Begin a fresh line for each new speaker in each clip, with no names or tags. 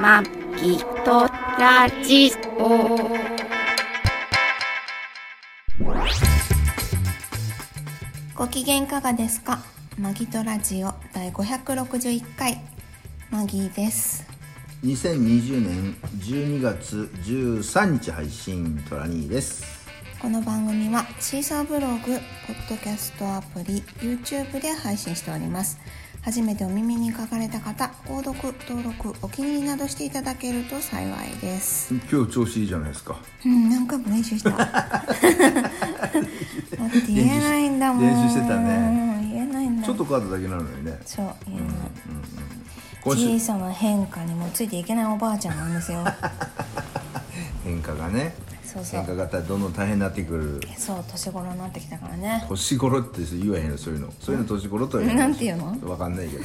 まきとラジオ。
ご機嫌いかがですかマギトラジオ第561回マギーです
2020年12月13日配信トラニーです
この番組はシーサーブログ、ポッドキャストアプリ、YouTube で配信しております初めてお耳に書かれた方、購読、登録、お気に入りなどしていただけると幸いです
今日調子いいじゃないですか
うん、何回も練 習しただって言えないんだもん
練習してたね
うん言えないんだ
ちょっと変わっただけなのにね
そう、言えない、
今
小
週
さな変化にもついていけないおばあちゃんなんですよ
変化がね
そうそう
変化があったらどんどん大変になってくる
そう年頃になってきたからね
年頃って言わへんのそういうのそういうの年頃とは言
なんて言うの
わかんないけど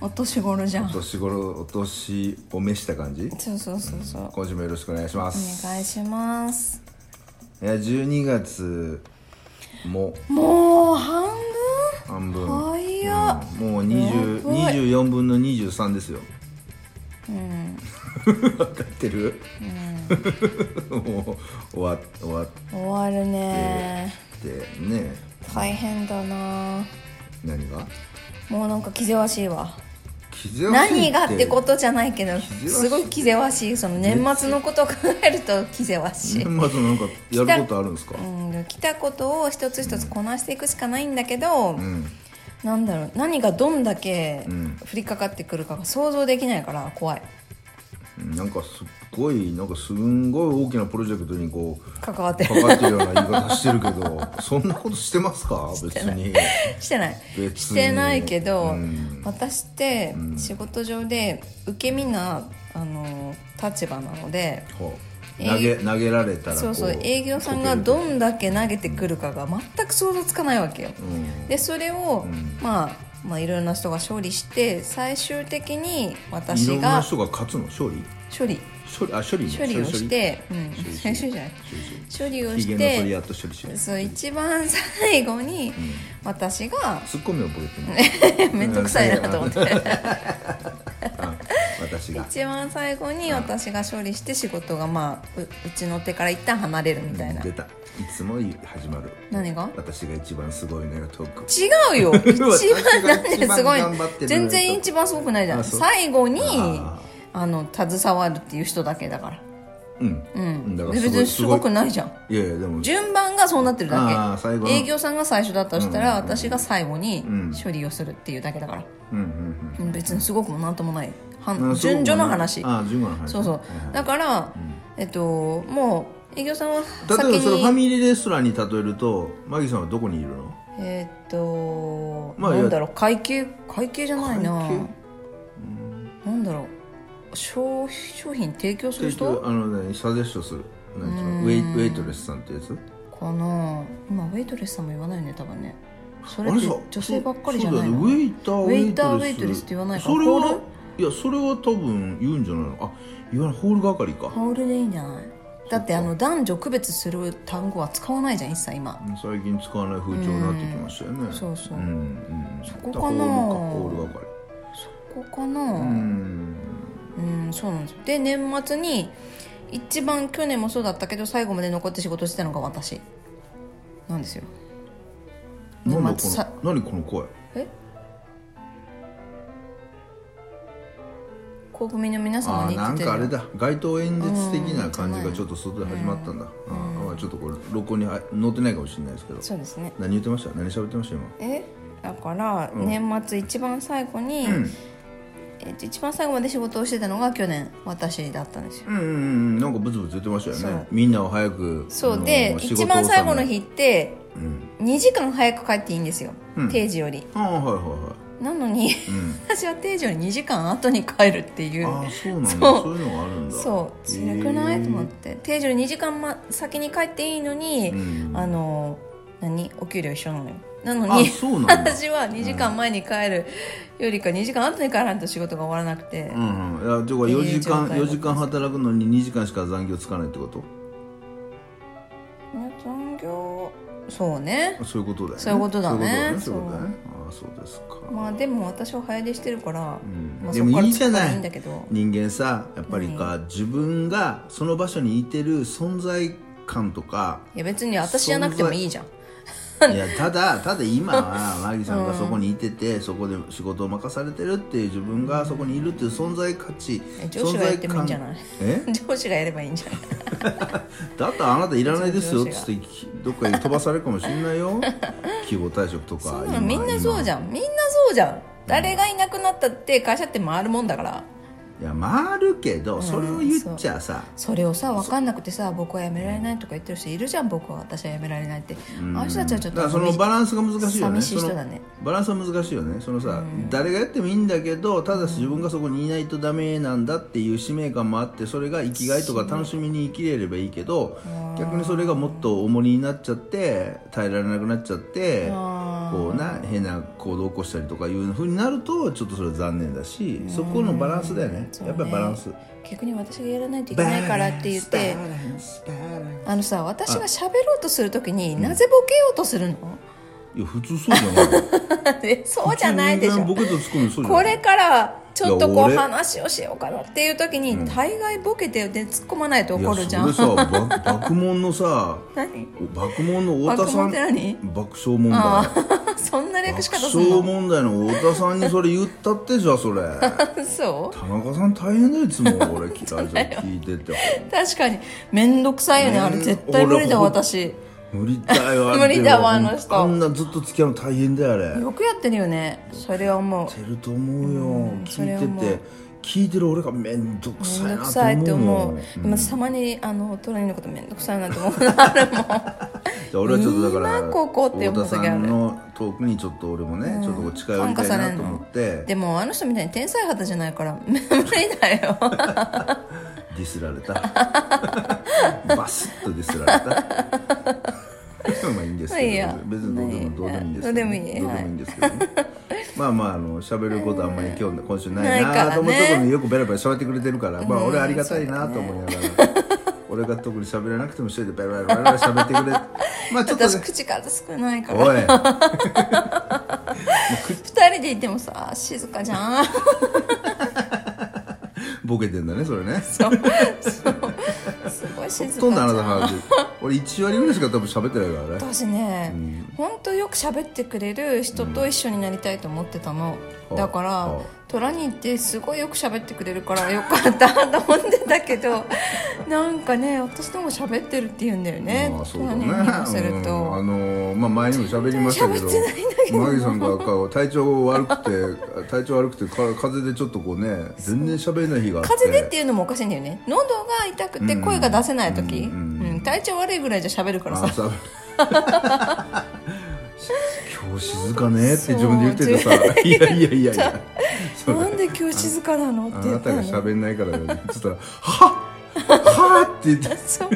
お年頃じゃんそう
年頃お年を召した感じ
そうそうそうお
今週もよろしくお願いします
願いします
いや12月も
もう半
半
分
分
早っ
うんもう20
やばい
24分の23ですよ
うん
分かってる、もう終わ終わっ
終わるね
てね
大変だな
何が
もうなんか気ぜわしいわ
気ぜわしい
何がってことじゃないけど
ぜわしい
すごい気ぜわしいその年末のことを考えると気ぜわしい
年末なんかやることあるんですか
うん来たことを一つ一つこなしていくしかないんだけど、
うん
なんだろう何がどんだけ
うん
降りかかってくるかが想像できないから怖い
うんなんかすっごいなんかすんごい大きなプロジェクトにこう
関わって
かかってるような言い方してるけどそんなことしてますか別に
してない
別に
してないけど、
うん
私って仕事上で受け身なあの立場なので
こう
えー
投げ投げられたらこ
そうそう営業さんがどんだけ投げてくるかが全く想像つかないわけよ、
うん
でそれを、
ん
まあまあ、いろんな人が処理して最終的に
いろ
私
んな
が
人が勝つの勝利
処理
処理あ処理ね
処理をして、う
処 理
ん、
処
最
理
終じゃない
処理処理
処理を
機
し
嫌の取り
て
合いと処理しよう
そう一番最後に私が
ツッコミを覚えてな い
めんどくさいなと思って
私が
一番最後に私が処理して仕事がまあううちの手から一旦離れるみたいな
出たいつも始まる
何が
私が一番すごいのよトーク
違うよ一番
私が
なん
一
で
番
すごい
頑張ってる
全然一番すごくないじゃん
あそう
最後に
あ
あの携わるっていう人だけだから
うん
うん
だから
別にすごくないじゃん
いやいやでも
順番がそうなってる
あ
だ
ー最後
け
の
営業さんが最初だったとしたら、
うんうんうん
私が最後に
ん
処理をするっていうだけだから、
うんうん
うん別にすごくもなんともないは
うん
ん
あそう
順序の話
あ順序の話
そうそう
はいはい
だから、えっともう営業さんは先
例えばそれファ
に
ミリーレストランに例えるとマギさんはどこにいるの
えっと、
まあ
なんだろう会計会計じゃないな
会計
なんだろう商商品提供する
提供
人
あのねサジェストするなんていうのウェイウェイトレスさんってやつ
かな今ウェイトレスさんも言わないよね多分ねそれっ
あ
て
さ
女性ばっかりじゃないの
そうだよねウェイター
ウェイターウェイトレスって言わないか
それ
ホー
は
ル
いやそれは多分言うんじゃないのあ言わないホール係か
ホールでいいんじゃないだってあの男女区別する単語は使わないじゃん一切今
最近使わない風潮になってきましたよね
そうそうん
うん
そこかな
ホールかホール係
ここかな
う
うん
ん
そうなんですよで年末に一番去年もそうだったけど最後まで残って仕事してたのが私なんですよ
何
ま
だ
あさ
この何この声
え国民の皆様
あ
に
ーなん
て
かあれだ街頭演説的な感じ
う
が
ん
ちょっと外で始まったんだあーあーちょっとこれ録音には載ってないかもしれないですけど
そうですね
何言ってました何喋ってました今
えだから年末一番最後に、えっと一番最後まで仕事をしてたのが去年私だったんですよ
うんうんうんなんかブツブツ言ってましたよ
そう
ねみんなを早く
そ
あ
う
の
で
仕事
一番最後の
納め
日って
うん
2時間早く帰っていいんですよ、
うん
定時より
ああはいはいはい
なのに、
ん
私は定時より2時間後に帰るっていう
ああそうなんだ
そう
そういうのがあるんだ
そう
え
辛
ー
くない、と思って定時より2時間、ま、先に帰っていいのに、
うん
あの何お給料一緒なのよなの
あ
に
そうなんだ
私は2時間前に帰るよりか2時間後に帰らないと仕事が終わらなくて、
うんうんいやてか4時間四時間働くのに2時間しか残業つかないってこと
ね残業そうね
そういうことだよね
そういうことだね
そういうことだねそういうことだねああそうですか、
まあでも私は早出してるから、
うん
まあ、
で
そこ
も
から
いいじゃ
突っ
な
張
い
りいいんだけど
人間さやっぱりか、自分がその場所にいてる存在感とか
いや別に私じゃなくてもいいじゃん
いやただただ 今はマギさんがそこにいてて、そこで仕事を任されてるっていう自分がそこにいるっていう存在価値
え上司がやってもいいんじゃ
存
ない
在感え
上司がやればいいんじゃない
だったらあなたいらないですよっ
上司
つ
が
ってどっかに飛ばされるかもしれな いよ希望退職とか
そんなのみんなそうじ
ゃん
ゃんみんなそうじゃん誰がいなくなったって会社って回るもんだから
いや回るけどそれを言っちゃさ、
それをさ分かんなくてさ僕はやめられないとか言ってる人いるじゃん僕は私はやめられないって、ああいう人たちはちょっ
だか
と
らそのバランスが難しいよね
寂しい人だね
そのバランスは難しいよねそのさ、誰がやってもいいんだけどただし自分がそこにいないとダメなんだっていう使命感もあってそれが生きがいとか楽しみに生きれればいいけど逆にそれがもっと重荷になっちゃって耐えられなくなっちゃって
あ
こうな変な行動を起こしたりとかいうふうになるとちょっとそれは残念だしそこのバランスだよね
そうね
やっぱりバランス
逆に私がやらないといけないからって言って
バランスバランス
あのさ私が喋ろうとするときになぜボケようとするの、
いや普通そうじゃない
えそうじゃないでし
普通
ょ
人間ボケとツッコミそうじゃな
こ
い
れからちょっとこ
いうや俺
話をしようかなっていう時に大概ボケてで突っ込まないと怒るじゃ
い
ん
やそれさば爆問のさ
何
爆問の太田
爆
さん
問って何
爆笑問題
ああ そんな略し方す
爆
るの
笑問題の太田さんにそれ言ったってじゃあそれ
そ
田中さん大変だよいつも俺聞かれて聞いてて
う確かに面倒くさいよねあれ絶対無理だ
俺ほ
私
無理だよあれ
無理だわあの人
あんなずっと付き合うの大変だよあれ
よくやってるよねそれはもう
てると思うよ、
そ
聞
れはも
いうてて聞いてる俺が面倒くさ
面
い
倒くさい
な
って
と思
思
うも
う、
ん
でも私たまにあのトラニーのこと面倒くさいなと思うあれも
で俺はちょっとだから
今ここって思う
太
時あ
田
る
さんのトークにちょっと俺もね、ちょっとこう近寄りたいなと思って
でもあの人みたいに天才肌じゃないから 無理だよ
ディスられた バスッとディスられたまあいいんです
いい
けど
や
別にどうでもどうでもいいんですけど、
はい
どうでもいいんですけど、ね、まあまああの喋ることあんまり今日今週ない
ないから
な
ね
と思うところによくベラベラ喋ってくれてるから、まあ俺ありがたいなと思いながら、俺が特に喋らなくても一人でベラベラベラベラ喋 ってくれまあちょっと
私
ね
口数少ないから
おい
二人でいてもさ静かじゃ ん
ボケてんだねそれね
そうそうすごい静か
ほとん
じ
ど
ゃ
あ
ん
なた 話してる俺1割ぐらいしか多分喋ってないからね
私ね、本当よく喋ってくれる人と一緒になりたいと思ってたの、
うん
だから、
はあ
トラニーってすごいよく喋ってくれるからよかったと思ってたけ どなんかね私の方が喋ってるって言うんだよね
まあそうだ
トラ
ね
ニーに言わせると、
うんあのーまあ、前にも喋りましたけど
喋ってないんだけど
マギさんがこう体調悪くて 体調悪くてか風邪でちょっとこうね全然喋れない日があって
風邪でっていうのもおかしいんだよね喉が痛くて声が出せない時、
うんうん
うん体調悪いぐらいじゃ喋るから
あ
さ
さ 今日静かねって自分で言っててさ「いやいやいやいやそれ
なんで今日静かなのって
あ
言
な
ったの
たが喋んないからだよ」って言ったら「はっはっ」って言って
そう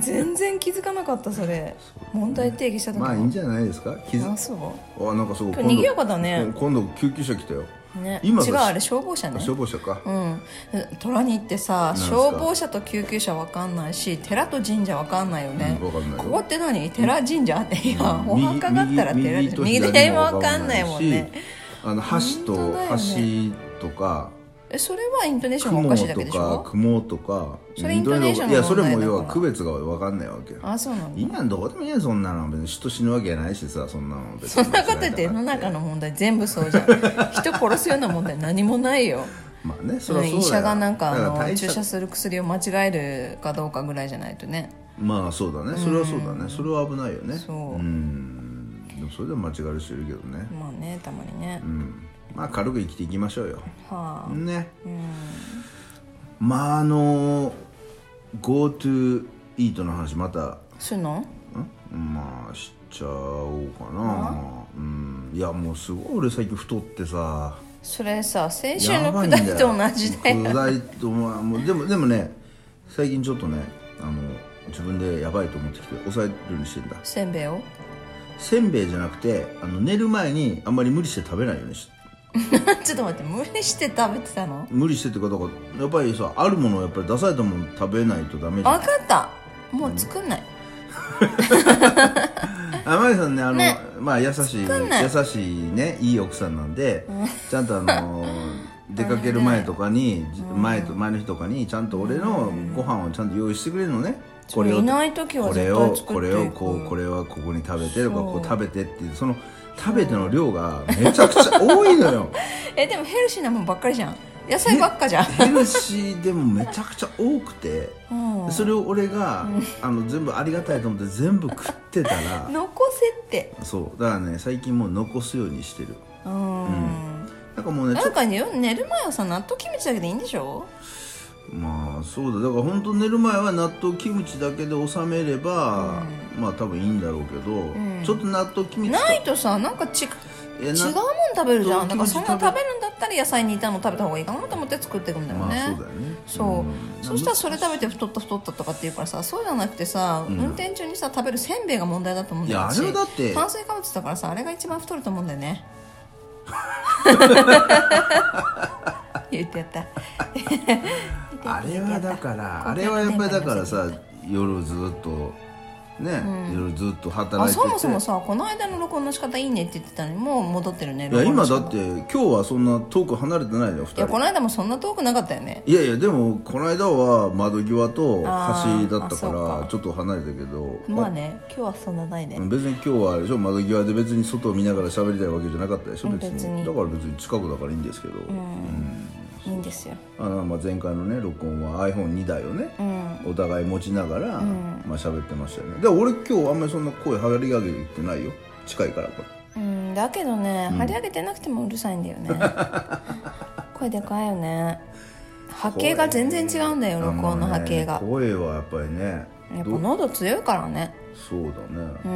全然気づかなかったそれ問題定義した時
まあいいんじゃないですか気づ
あそう
あなんかそう
今日賑やかだね
今度救急車来たよ
ね、
今
違う
が
あれ消防車ね
消防車か
うん、虎に行ってさ
んすか
消防車と救急車わかんないし寺と神社わかんないよね、
うんわかんないよ
ここって何寺神社っていや、お
右
墓があったら寺
右
で
右
し
と
ょ
左
右手もわかんないもんね
しあの橋と
本当だよ
橋とか
えそれはイントネーションがお
雲
かしいだ
と
けでし
か
ょ
雲とか
それイントネーション
い
の
やそ
問題だから
れも要は区別が分かんないわけよ
あそうなんだ
いいやんどうでもいいやんそんなの別に人死ぬわけやないしさそんなの別
そ
に
んなこと言って世の中の問題全部そうじゃん人殺すような問題何もないよ
まあねそれはそうだよ
医者がなんかあ
だら
の
大した
注射する薬を間違えるかどうかぐらいじゃないとね
まあそうだねそれはそうだねそれは危ないよね
そう
うんでもそれでも間違える人いるけどね
まあねたまにね、
うんまあ軽く生きていきましょうよ
はあ
ね、まああの GoTo イートの話また
するの
んまあしちゃおうかなうんいやもうすごい俺最近太ってさ
それさ先週
や
の
ば
く
いんだ
だ
よ
りと同じだよ
くだりとまあもうでもでもね最近ちょっとねあの自分でやばいと思ってきて抑えるようにしてんだ
せんべいを
せんべいじゃなくてあの寝る前にあんまり無理して食べないようにし
ちょっと待って無理して食べてたの
無理してってことかやっぱりさあるものをやっぱり出されたもの食べないとダメじゃん
分かったもう作んないね
あまりさんねあの
ね
まあ優しい
作んない
優しいねいい奥さんなんでちゃんとあ の出かける前とかにじ前と前の日とかにちゃんと俺のご飯をちゃんと用意してくれるのねこれを
いない時は
これ
絶
を
対作っていく
これをこうこれはここに食べてとか
そう
こう食べてっていうその食べての量がめちゃく ちゃ多いのよ
えでもヘルシーなもんばっかりじゃん野菜ばっかじゃん、
ヘルシーでもめちゃくちゃ多くて
うん、
それを俺があの全部ありがたいと思って全部食ってたら
残せって
そうだからね最近もう残すようにしてる
うん、
なんかもうねち
な
ょ
んかね寝る前はさ納豆キムチだけでいいんでしょ
まあそうだだから本当寝る前は納豆キムチだけで収めれば、まあ多分いいんだろうけど、ちょっと納豆キムチと
ないとさなんかち違
え
う
な
もん食べるじゃんだか
納
ら
豆
そ
キ
ん
ムチ食べ
な食べるんだったら野菜煮たの食べた方がいいかなと思って作っていくんだよね、
まあそうだよね
そう、
ん
そしたらそれ食べて太った太ったとかって言うからさそうじゃなくてさ、運転中にさ食べるせんべいが問題だと思うんだよ
いや
私
あれはだって
炭水化物だからさあれが一番太ると思うんだよ ね言ってやった
あれはだからあれはやっぱりだからさ夜ずっとね、夜ずっと働
あ
いてて
そもそもさこの間の録音の仕方いいねって言ってたのにもう戻ってるね
いや
録音の
今
仕方
だって今日はそんな遠く離れてないのよ
いや
2
こ
人
の間もそんな遠くなかったよね
いやいやでもこの間は窓際と
あー
橋だったか
あそう
ら
か
ちょっと離れたけど
まあね今日はそんなないね、
別に今日はあれでしょ窓際で別に外を見ながら喋りたいわけじゃなかったでしょ別に
別に
だから別に近くだからいいんですけど、
いいんですよ
あのまあ、前回のね録音は iPhone2 台をね、
うん
お互い持ちながら、まあ喋ってましたよねで俺今日あんまりそんな声張り上げてないよ近いからこれ
うんだけどね張り上げてなくてもうるさいんだ よね声でかいよね波形が全然違うんだよ録音の波形
あ
が
んまね声はやっぱりね
やっぱ
ど
喉強いからね
そうだねだから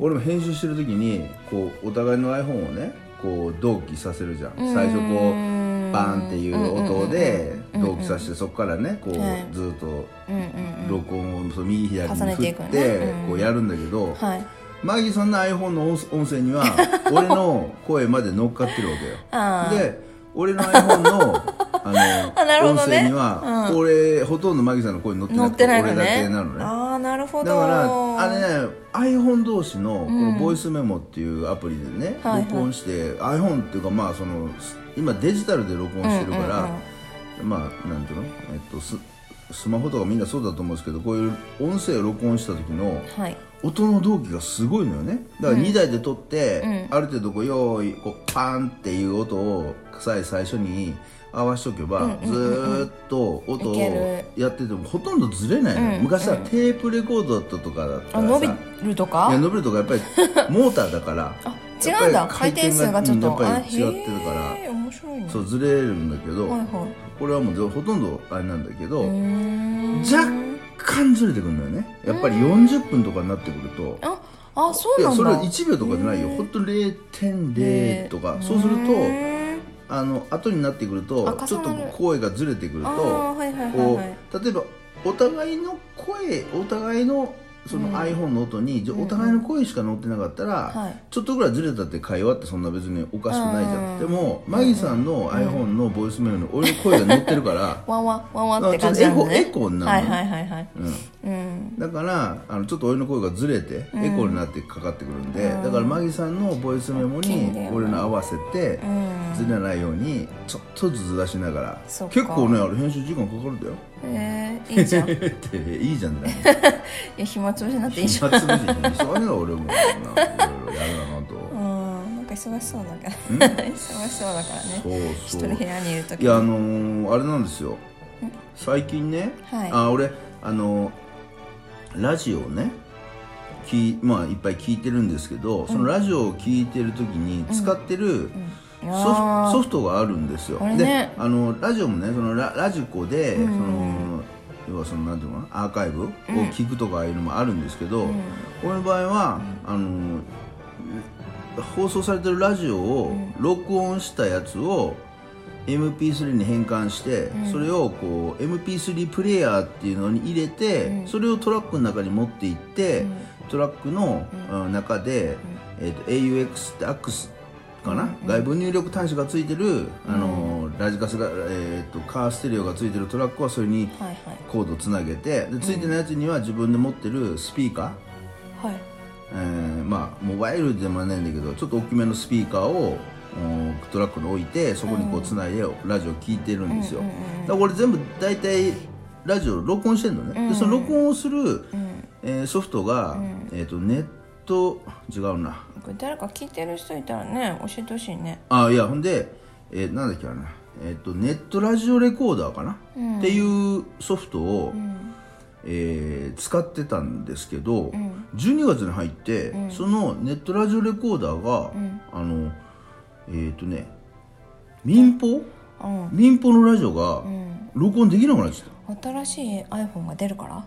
俺も編集してる時にこうお互いの iPhone をねこう同期させるじゃん最初こうバーンっていう音で同期させてそこからねこ
はいう
ずっと
うんうん
録音をその右左に
重ね
振
てい
っ
くよね
て
うん
こうやるんだけど
はい
マギそんな iPhone の音音声に は俺の声まで乗っかってるわ
あ
けよで俺の iPhone のあ
あなるほ
の音
どね
声には俺ほとんどマギさんの声に乗って
乗
な
っ
く
て
て
ないの
俺だ
ね
けなのね
ああなるほ
だ
ど
からあれね iPhone 同士のこのボイスメモっていうアプリでね、
はいはい
録音して iPhone っていうかまあそのす今デジタルで録音してるから、まあなんていうの、えっと、ススマホとかみんなそうだと思うんですけどこういう音声を録音した時の
はい
音の同期がすごいのよねだから2台で撮って、ある程度こう用意こうパーンっていう音をさえ最初に合わしとけば、ずーっと音
い
を
ける
やっててもほとんどずれないのよ、昔はテープレコードだったとかだった
あ
ら
伸び
さ
ると
いや
か
伸びるとかやっ ぱりモーターだから
違うん
や
だ
っぱり
回転数がちょっと
うんやっぱり違ってる
あ
か
へえ面白いね
らそうずれるんだけど、
はいはい
これはもうほとんどあれなんだけど、
うーん
若干ずれてくるんだよねやっぱり40分とかになってくると、
ああそう
い
な
や
ん
それ
だ
は1秒とかじゃないよ本当0.0とかそうすると
うん
あの後になってくると
あ
ち
重
ょっ
な
と
る
声がずれてくる
あ
と
ーはいはいはい
こ
はいう
例えばお互いの声お互いのその iPhone の音に、じゃあお互いの声しか乗ってなかったら、
はい
ちょっとぐらいずれたって会話ってそんな別におかしくないじゃ
うん
んでもマギさんの iPhone のボイスメールに俺の声が乗って るから、
ワンワンワンワンって感じなんだね
ちょっとエコエコになるの
はいはいはいはい
うん、
うん
だからあのちょっと俺の声がずれて、エコーになってかかってくるんで、だからマギさんのボイスメモ
大きいん
に
だよな
俺の合わせ
ん
て、ずれないようにちょっとずつ出しながら
そっか
結構ねあれ編集時間かかるんだよ
えー、いい じゃんい
っていいじゃ んね
や暇つぶしになっていいじ
暇つぶしに 忙しいな俺もなんかいろいろやるなと、
ゃんうんなんか忙しそうだから忙しそうだからね一
そうそ
人
う
部屋にいるとき
いやあのーあれなんですよ最近ね、
はい
あ俺あのーラジオをねきまあいっぱい聞いてるんですけど、そのラジオを聞いてる時に使ってるソフ,、
あー
ソフトがあるんですよ、
あれね
であのラジオもねそのララジコで、その要はそのなんていうのかなアーカイブを聞くとかいうのもあるんですけど、俺の場合は、あのー放送されてるラジオを録音したやつを MP3 に変換して、それをこう MP3 プレイヤーっていうのに入れて、それをトラックの中に持っていって、トラックの、うん中で、えー、と AUX って AX かな、外部入力端子がついてる、あのーラジカセが、えー、とカーステレオがついてるトラックはそれに
はい
コードつなげてでついてないやつには自分で持ってるスピーカー、
はいはい
えーまあモバイルでもないんだけどちょっと大きめのスピーカーをうんトラックに置いてそこにこうつないでラジオ聞いてるんですよ、だから俺全部大体ラジオ録音してんのね、でその録音をする、えーソフトが、えー、とネット違うな
これ誰か聞いてる人いたらね教えてほしいね
あいやほんで、えーなんだっけかな、えー、とネットラジオレコーダーかな、っていうソフトを、えー使ってたんですけど、12月に入って、そのネットラジオレコーダーが、あのえっ、とね民放、
うん
民放のラジオが録音できなくなっちゃった、
新しい iPhone が出るから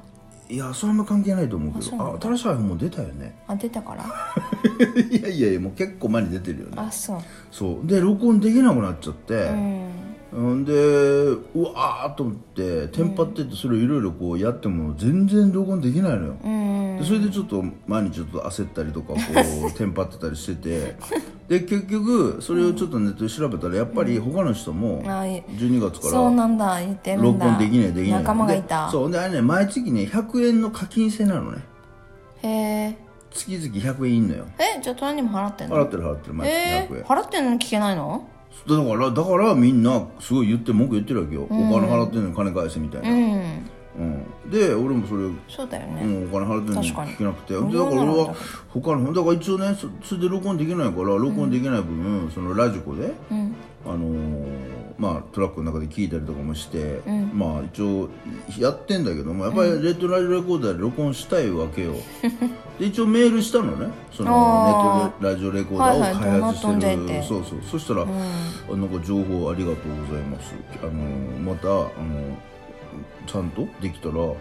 いやそれも関係ないと思うけ
そう
どあ新しい iPhone も出たよね
あ出たから
いやいやいやもう結構前に出てるよね
あそう
そうで録音できなくなっちゃって、
うん
んでうわーっと思ってテンパっててそれをいろいろこうやっても全然録音できないのよ、
うん
でそれでちょっと前にちょっと焦ったりとかこ うテンパってたりしててで結局それをちょっとネットで調べたらやっぱり他の人も
あい
12月から
そうなんだ言ってるん
録
だ
音できないできない
仲間がいた
でそうであれね毎月ね100円の課金制なのね
へえ
月々100円いんのよ
えじゃあ隣にも払ってんの
払ってる払ってる毎
え
月100円
ー、払ってんのに聞けないの
だからだからみんなすごい言って文句言ってるわけよ、お金払ってんのに金返せみたいな、
うん
うんで俺もそれ、う
そうだよね、
ん、お金払ってんのに
確かに
聞けなくてでだ
無
か
料
ら
なら
俺は他のだから一応ねそそれで録音できないから録音できない分、そのラジコで、
ん
あのーまあ、トラックの中で聞いたりとかもして、まあ一応やってんだけどもやっぱりレッドラジオレコーダーで録音したいわ けよ、で一応メールしたのねその
あ
ネットラジオレコーダーを
はいはい
開発してる、
どんな飛んじゃいて
そうそうそしたら、あなんか情報ありがとうございますあのまたあのちゃんとできたらあのな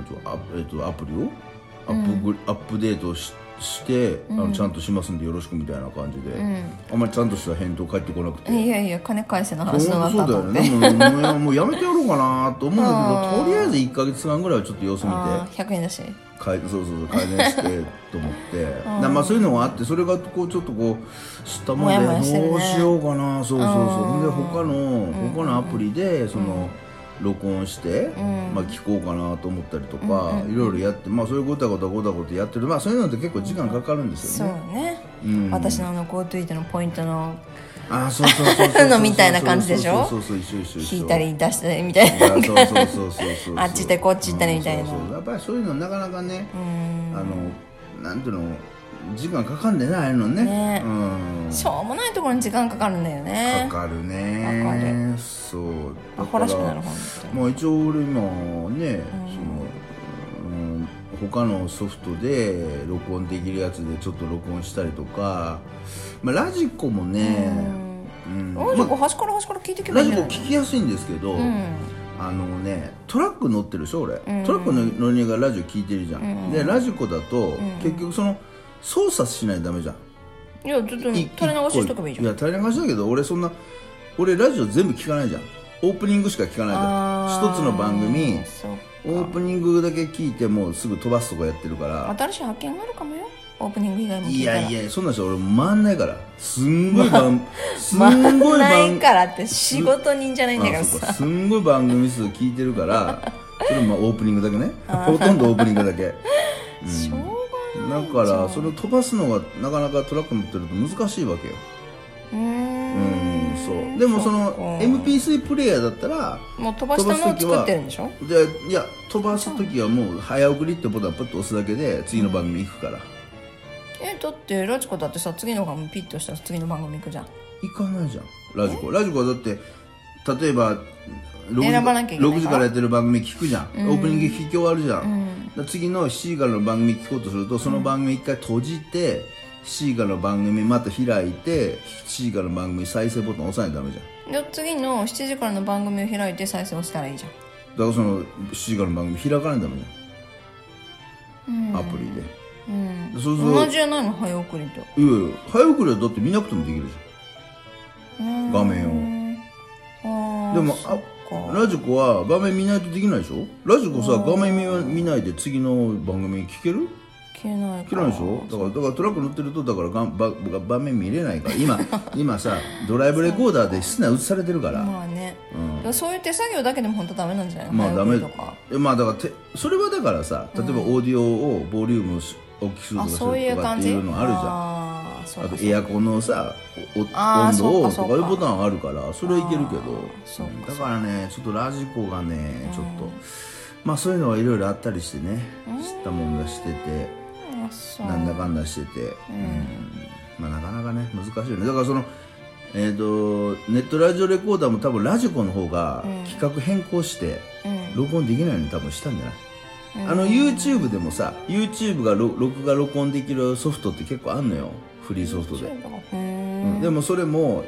んていうかア,あ、えっとアプリをアップグ、アップデートしして、あのちゃんとしますんでよろしくみたいな感じで、あんまりちゃんとした返答返ってこなくて。
いやいや金返せの
そう
話のな
そう
った
だ
と
よ
思って、
ねもうもうやもうやめてやろうかなと思うんだけどとりあえず1か月間ぐらいはちょっと様子見て
あー100円だし
かい そうそうそう改善してと 思ってだまあそういうのがあってそれがこうちょっとこう知ったもんで
もやもやしてるね
どうしようかなそうそうそうで他の他のアプリでその、録音して、まあ、聞こうかなと思ったりとか、いろいろやって、まあ、そういうごたごたごたごたやってる、まあ、そういうのって結構時間かかるんです
そ
よ
う
ね。
ね、
うん
私のあの GoTo でのポイントの
あーそうそうそうそう
のみたいな感じでしょ
そうそうそうそう一緒一緒一緒
引いたり出したりみたいな
そうそうそうそうそう
あっち行ったりこっち行ったりみたいな
うんそうそうやっぱりそういうのなかなかねあのなんていうの時間かかんでないのね
ね
うん
しょうもないところに時間かかるんだよね
かかるね
かか
そう
アホらしくなる本当に
まあ一応俺今ね、そのうん他のソフトで録音できるやつでちょっと録音したりとか、まあ、ラジコもね、うん
おいじゃ
まあ
端から端から聞いてけば
ラ
いいん
ジ
じ
コ
ゃない
聞きやすいんですけど、あのねトラック乗ってるでしょ俺、トラックの乗りながらラジオ聞いてるじゃん、でラジコだと、結局その操作しないとダメじゃん
いやちょっと垂れ
い
流ししとけばいいじゃん
や垂れ流しだけど俺そんな俺ラジオ全部聞かないじゃんオープニングしか聞かないじ
あ
ゃん
ー
一つの番組
そう
オープニングだけ聞いてもうすぐ飛ばすとかやってるから
新しい発見があるかもよオープニング以外も聞
い
いたら
やいやそんな人俺回んないからすんごい番、 すんごい番
まあないからって仕事人じゃないんだから
あそうか
さ
すんごい番組数聞いてるから それもまあオープニングだけねほとんどオープニングだ け
しょう
だからそれを飛ばすのがなかなかトラック乗ってると難しいわけよ
がな
う
い
んそうでもその
そっか
MP3 プレイヤーだったら
もう飛ばしたのを作ってるんでしょ
でいや飛ばす時はもう早送りってボタンパッと押すだけで次の番組行くから
えだってラジコだってさ次の番組ピッとしたら次の番組行くじゃん
行かないじゃんラジコラジコはだって例えば6時
選ばなきゃいけないから
6時からやってる番組聞くじゃん、オープニング聞き終わるじゃん、だから次の7時からの番組聞こうとするとその番組一回閉じて、7時からの番組また開いて7時からの番組再生ボタン押さないとダメじゃん
で次の7時からの番組を開いて再生をしたらいいじゃん
だからその7時からの番組開かないとダメじゃん、アプリで、そうすると
同じじゃないの早送りと
いやいや早送りはだって見なくてもできるじゃん画面を
あ
でもあ
か
ラジコは画面見ないとできないでしょラジコさ画面見見ないで次の番組聞ける
ー消えない
聞け
か
ないでしょだからだからトラック乗ってるとだからがんばば場面見れないから今 今さドライブレコーダーで室内映されてるから
まあね、だからそういう手作業だけでも本当ダメなんじゃないの
まあダメ
早送りとか
えまあだからてそれはだからさ例えばオーディオをボリュームし大きくすると
あ
かす
そうい
る
う
とかっ
感
て
じ
いうのあるじゃん
あーそう
あ
か
と
そう
エ
か
アコンのさお
あー
温度を
そ
と
うかそ
かい
う
う
か
ボタンあるからそれはいけるけど
あーそうか
だからねちょっとラジコがねちょっとまあそういうのはいろいろあったりしてね知ったもんだしてて
あそう
なんだかんだしてて、うんまあなかなかね難しいよねだからそのえー、とネットラジオレコーダーも多分ラジコの方が企画変更して録音できないように多分したんじゃない、あの YouTube でもさ YouTube がろ録画録音できるソフトって結構あんのよフリーソフトで、
うーん
うんでもそれも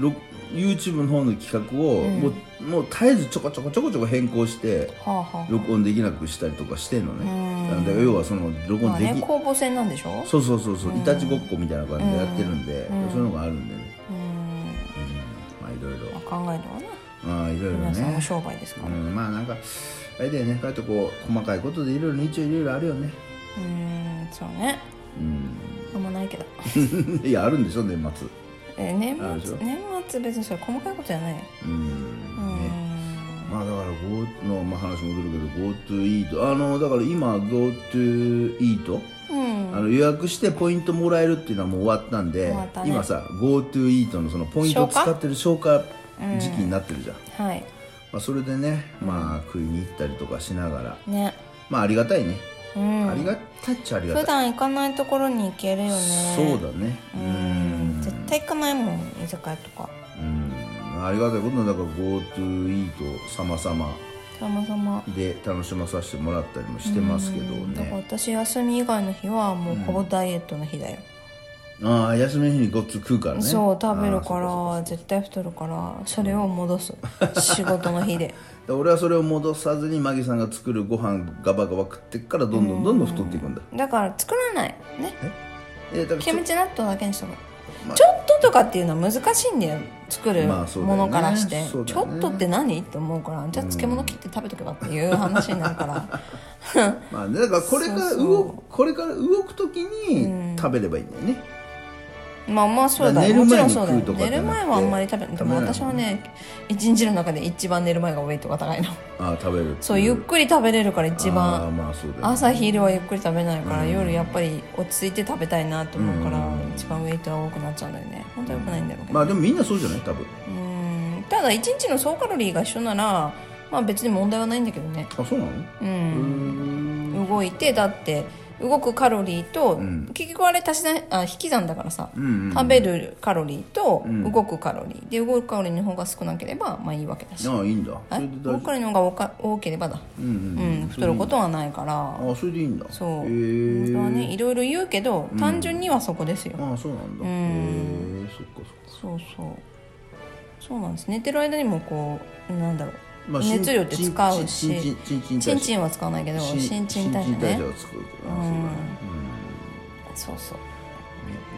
ろ YouTube の方の企画を、もうもう絶えずちょこちょこちょこちょこ変更して
はあはあ
録音できなくしたりとかしてんのねなんで要はその録
ま
音
あ
でき、
ね公募戦なんでしょ
そうそうそうそういたちごっこみたいな感じでやってるんで、そういうのがあるんでね、
うーん
まあいろい
ま
ろ
あ考えるわな
まあいろいろ
皆さんの
ね
商売ですか
う
ら
んまあなんかあれだよねこうやってこう細かいことでいろいろ一応いろいろあるよね
うーんそうねあんまないけど
うん いやあるんでしょ年末
え年
あるでし
末
ょ
年末別にそれ細かいことじゃないよ
うん
うー
ね
ん
まあだから Go の、まあ、話戻るけど GoToEat あのだから今 GoToEat、
うん
あの予約してポイントもらえるっていうのはもう終わったんで
終わったね
今さ GoToEat のそのポイントを使ってる消化時期になってるじゃん、
はい
まあ、それでね、まあ、食いに行ったりとかしながら
ね
まあありがたいね、
うん
ありがたいっちゃありが
普
たい
段行かないところに行けるよね
そうだねう
うん
ん
絶対行かないもん居酒屋とか
うんありがたいことなんだから GoToEat 様々
たまたま
で楽しまさせてもらったりもしてますけど
だから
ね
私休み以外の日はもうほぼダイエットの日だよ、
ああ休みの日にごっつ食うからね
そう食べる
ああ
か
そうそう
ら絶対太るからそれを戻 す仕事の日で
で俺はそれを戻さずにマギさんが作るご飯ガバガバ食ってっからどんどんどんどん太っていくんだ
だから作らないね
えだから
キムチ納豆だけにしとく、
まあ
ちょっととかっていうのは難しいんだよ作る
まあそうだ
も
よね
のからして、
そうだ
ち
よ
ょ
ね
っとって何って思うからじゃあ漬物切って食べとけばっていう話になるから
まあねだからこれから
そ
動く
うそう
これから動く時に食べればいいんだよね、
まあまあそうだ
寝
よ
る
もちろ
前
ん
に
そうだよ
食うとか
寝
じ
る
ゃなくて
前はあんまり食べないでも私はね一日の中で一番寝る前がウェイトが高いの
ああ食べるってい
そうゆっくり食べれるから一
ああ
番
まあそうだよね
朝昼はゆっくり食べないから、夜やっぱり落ち着いて食べたいなと思うから、一番ウェイトは多くなっちゃうんだよね本当はよくないんだろうけど、
まあでもみんなそうじゃない多分
うんただ1日の総カロリーが一緒ならまあ別に問題はないんだけどね
あそうなの
う
うー
ん
ん
動いてだって動くカロリーと、
ん
結局あれ足しないあ引き算だからさ、
うんうん
食べるカロリーと
ん
動くカロリーで動くカロリーの方が少なければまあいいわけだし、
ああいいんだ
え
それで
動
大
くカ
丈
ロリーの方が多か多ければだ、
夫うん
う
うん
ん、太ることはないから
ああそれでいいんだ
そう
へえ
本当はねいろいろ言うけど単純にはそこですよ、
ああそうなんだ
うん
へえそっかそっか
そうそうそうなんです寝てる間にもこうなんだろう、
まあ
熱量って使う
新陳
し
新陳
チ
新
ン
陳
チンは使わないけど
代謝
新陳
新
代謝
陳代
ね
謝を作るとかね
そうそう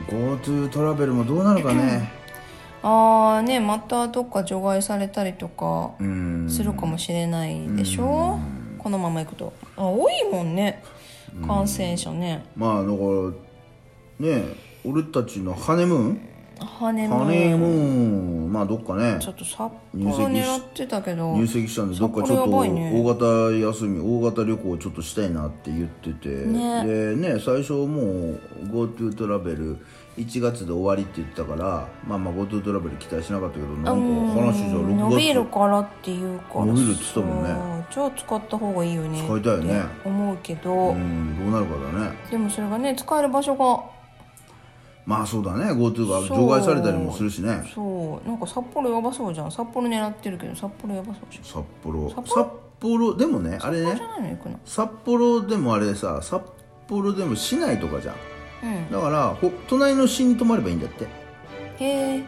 そうだね GoTo トラベルもどうなるかね
ああねまたどっか除外されたりとか
うん
するかもしれないでしょ、このままいくとあ多いもんね感染者ね、
まあだからね俺たちのハネムーン
ハネム
ハネ
ーン
ムーンまあどっかね
ちょっと札幌狙ってたけど
入籍したんでどっかちょっと
札幌やばいね
大型休み大型旅行をちょっとしたいなって言ってて、
ね
でね最初もう GoTo トラベル1月で終わりって言ってたからまあまあ GoTo トラベル期待しなかったけどなんか話じゃ
うん伸びる
6月
からっていうから
伸びるって言ってたもんね
そうじゃあ使った方がいいよね
使いたいよね
って思うけど、
うんどうなるかだね
でもそれがね使える場所が
まあそうだね GoTo が
そう
除外されたりもするしね
そうなんか札幌やばそうじゃん札幌狙ってるけど札幌やばそうじゃん
札幌
札
札
幌
幌でもねあれ
そう
ね
じゃないの行くの
札幌でもあれさ札幌でも市内とかじゃん
うん
だからほ隣の市に泊まればいいんだって
へえ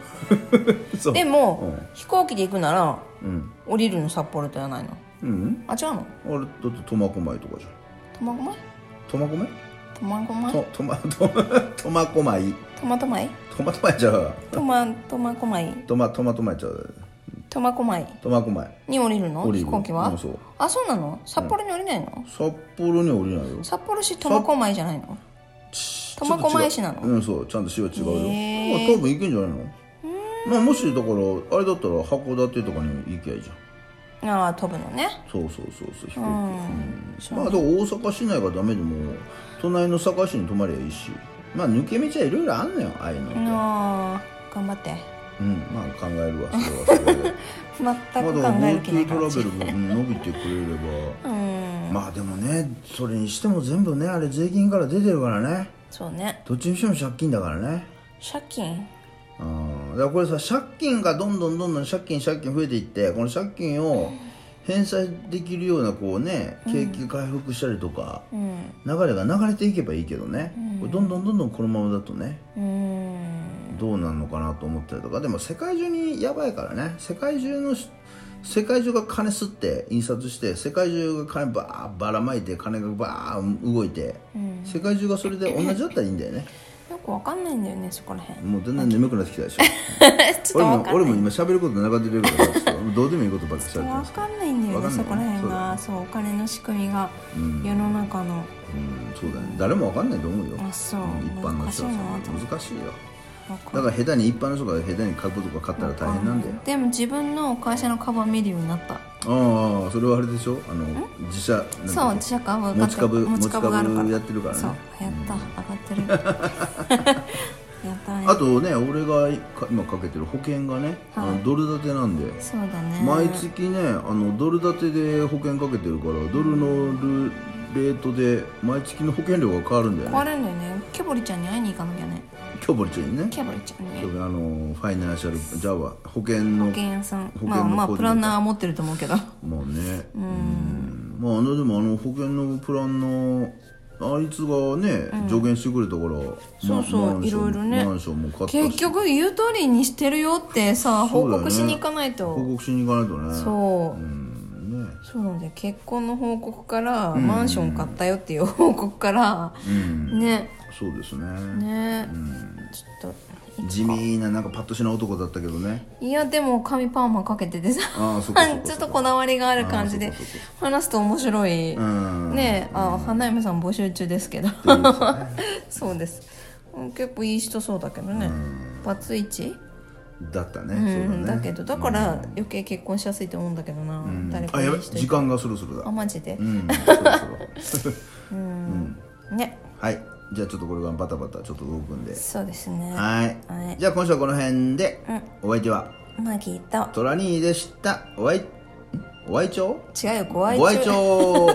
そう
でも、
うん
飛行機で行くなら
うん
降りるの札幌じゃないの
うん
あ違うの
あれだって苫小牧とかじゃん
苫小牧
苫小牧
苫小
と
牧
苫 苫苫小牧
苫小牧
苫小牧ちゃうわ
苫苫小牧
苫苫小牧ちゃうわ
苫小牧
苫小牧
に降りるの
降りる
飛行機は、
うんそう
あそうなの札幌に降りないの、
札幌には降りないよ
札幌市苫小牧じゃないの苫小牧市なの
ちょっと違ううんそうちゃんと市は違うよ、
へー
まあ多分行けんじゃないのまあもしだからあれだったら函館とかに行きゃいいじゃん
うああ飛ぶのね
そうそうそうそう飛
う
行
ん
機、まあだから大阪市内がダメでも隣の堺市に泊まりゃいいしまあ抜け道はいろいろあんのよああいうのって、
ああ頑張って
うん、まあ考えるわそれはそれで
全
まあ
く
だから
考える気ない
GoTo ト
感
ラベ
じ
ルもうん伸びてくれれば
うん
まあでもねそれにしても全部ねあれ税金から出てるからね
そうね
どっちにしても借金だからね
借金
うんだからこれさ借金がどんどんどんどん借金借金増えていってこの借金を返済できるようなこうね景気回復したりとか、
うん
流れが流れていけばいいけどね、これどんどんどんどんこのままだとね
うん
どうなるのかなと思ったりとかでも世界中にやばいからね世界中のし世界中が金吸って印刷して世界中が金ばーばらまいて金がばー動いて、世界中がそれで同じだったらいいんだよね
よくわかんないんだよねそこらへん
もう全然眠くなってきたでしょ
ちょっ
俺
とわ
も
かん
俺
ない
も今喋ること長出てるからちょっとどうでもいいことばっかり喋ってま
わ
すけど
かんないんだよね
わかんない
そこらへんがそうお金の仕組みが
うん
世の中の
うんそうだね誰もわかんないと思うよ
あそうん
一般の人は
難しいな
難しいよ
わか
だから下手に一般の人が下手に株とか買ったら大変なんだよ
でも自分の会社のカバン見るようになった
ああそれはあれでしょあの自社なんだっけ
そう自社株上が
持
っ
ち
た
株
持
持
ち
ち
株があるから
株やってるからね
そうやった上がってる やったね
あとね俺がか今かけてる保険がね、
はい
あのドル建てなんで、
そうだね
毎月ねあのドル建てで保険かけてるからドルのルレートで毎月の保険料が変わるんだよ
変わ
ね
るんだよねケボリちゃんに会いに行かなきゃね
今日ボリちゃんにね
ケボリちゃん
そ
に
れあのファイナンシャルじゃあ保険
保
の
険屋さん
険の
まあまあ
コー
プ
ディネ
ラン
ーター
ナーは持ってると思うけど
まあねうんまああのでもあの保険のプランのあいつがね、助言してくれたから
そうそう
マンション
いろいろね
マンションも買ったし
結局言う通りにしてるよってさ
そう
報
だよね
告しに行かないと
報告しに行かないとね
そう
うんね
そうなんだよ結婚の報告からマンション買ったよっていう報告から
うん
ね
そうですね
ねちょっ
地味ななんかパッとしな男だったけどね
といやでも髪パーマかけててさ
あーそっかそっ か
ちょっとこだわりがある感じで
あーそっかそっ
話すと面白い
うん
ねえあ花嫁さん募集中ですけど
っていうさ
そうですうん結構いい人そうだけどねバツイチ
だったね、
う
そうんだ
だ
ね
けどだから余計結婚しやすいと思うんだけどな
うん
誰
あ
か
や
い
べ
い人い
時
たら
間がそろそろだ
あマジで
うんそろそろ
ね
はいじゃあちょっとこれがバタバタちょっと動くんで
そうですね
はい、
はい
じゃあ今週はこの辺で、お相手は
マギーと
トラニーでしたお相んお相帳
違うよご愛
ご愛
聴
聴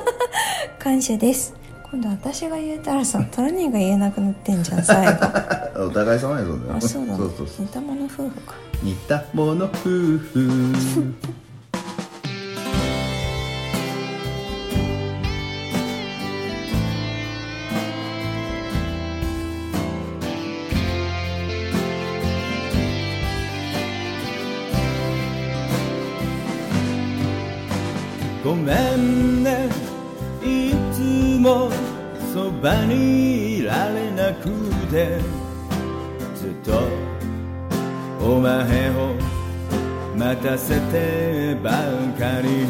感謝です今度私が言えたらさトラニーが言えなくなってんじゃん最 後
お互い様やぞね
あそうだね
そうそうそう
似たもの夫婦か
似たもの夫婦
ごめんねいつもそばにいられなくてずっとお前を待たせてばかり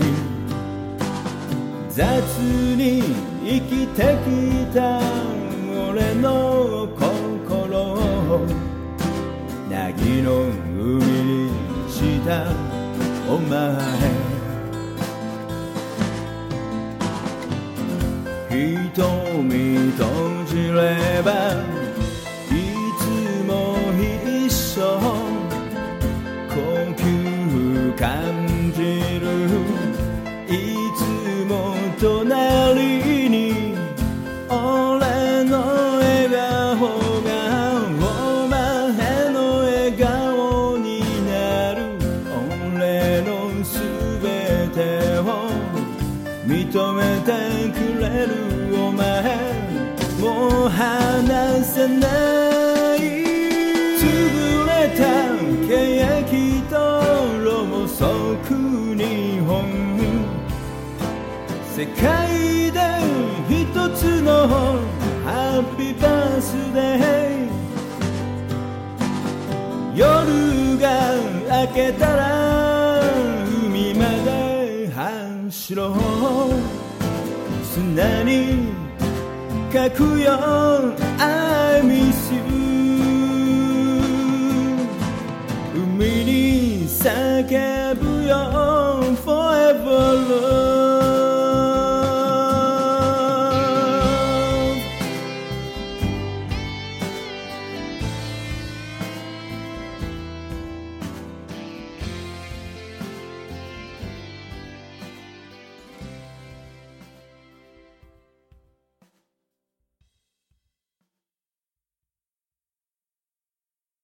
雑に生きてきた俺の心を凪の海にしたお前瞳閉じればいつも一緒呼吸感じるいつも隣に俺の笑顔がお前の笑顔になる俺のすべてを認めてくれるお前もう離せない潰れた欅とろ細く日本世界で一つのハッピーバースデー夜が明けたら海まで走ろう砂に書くよ I miss you 海に叫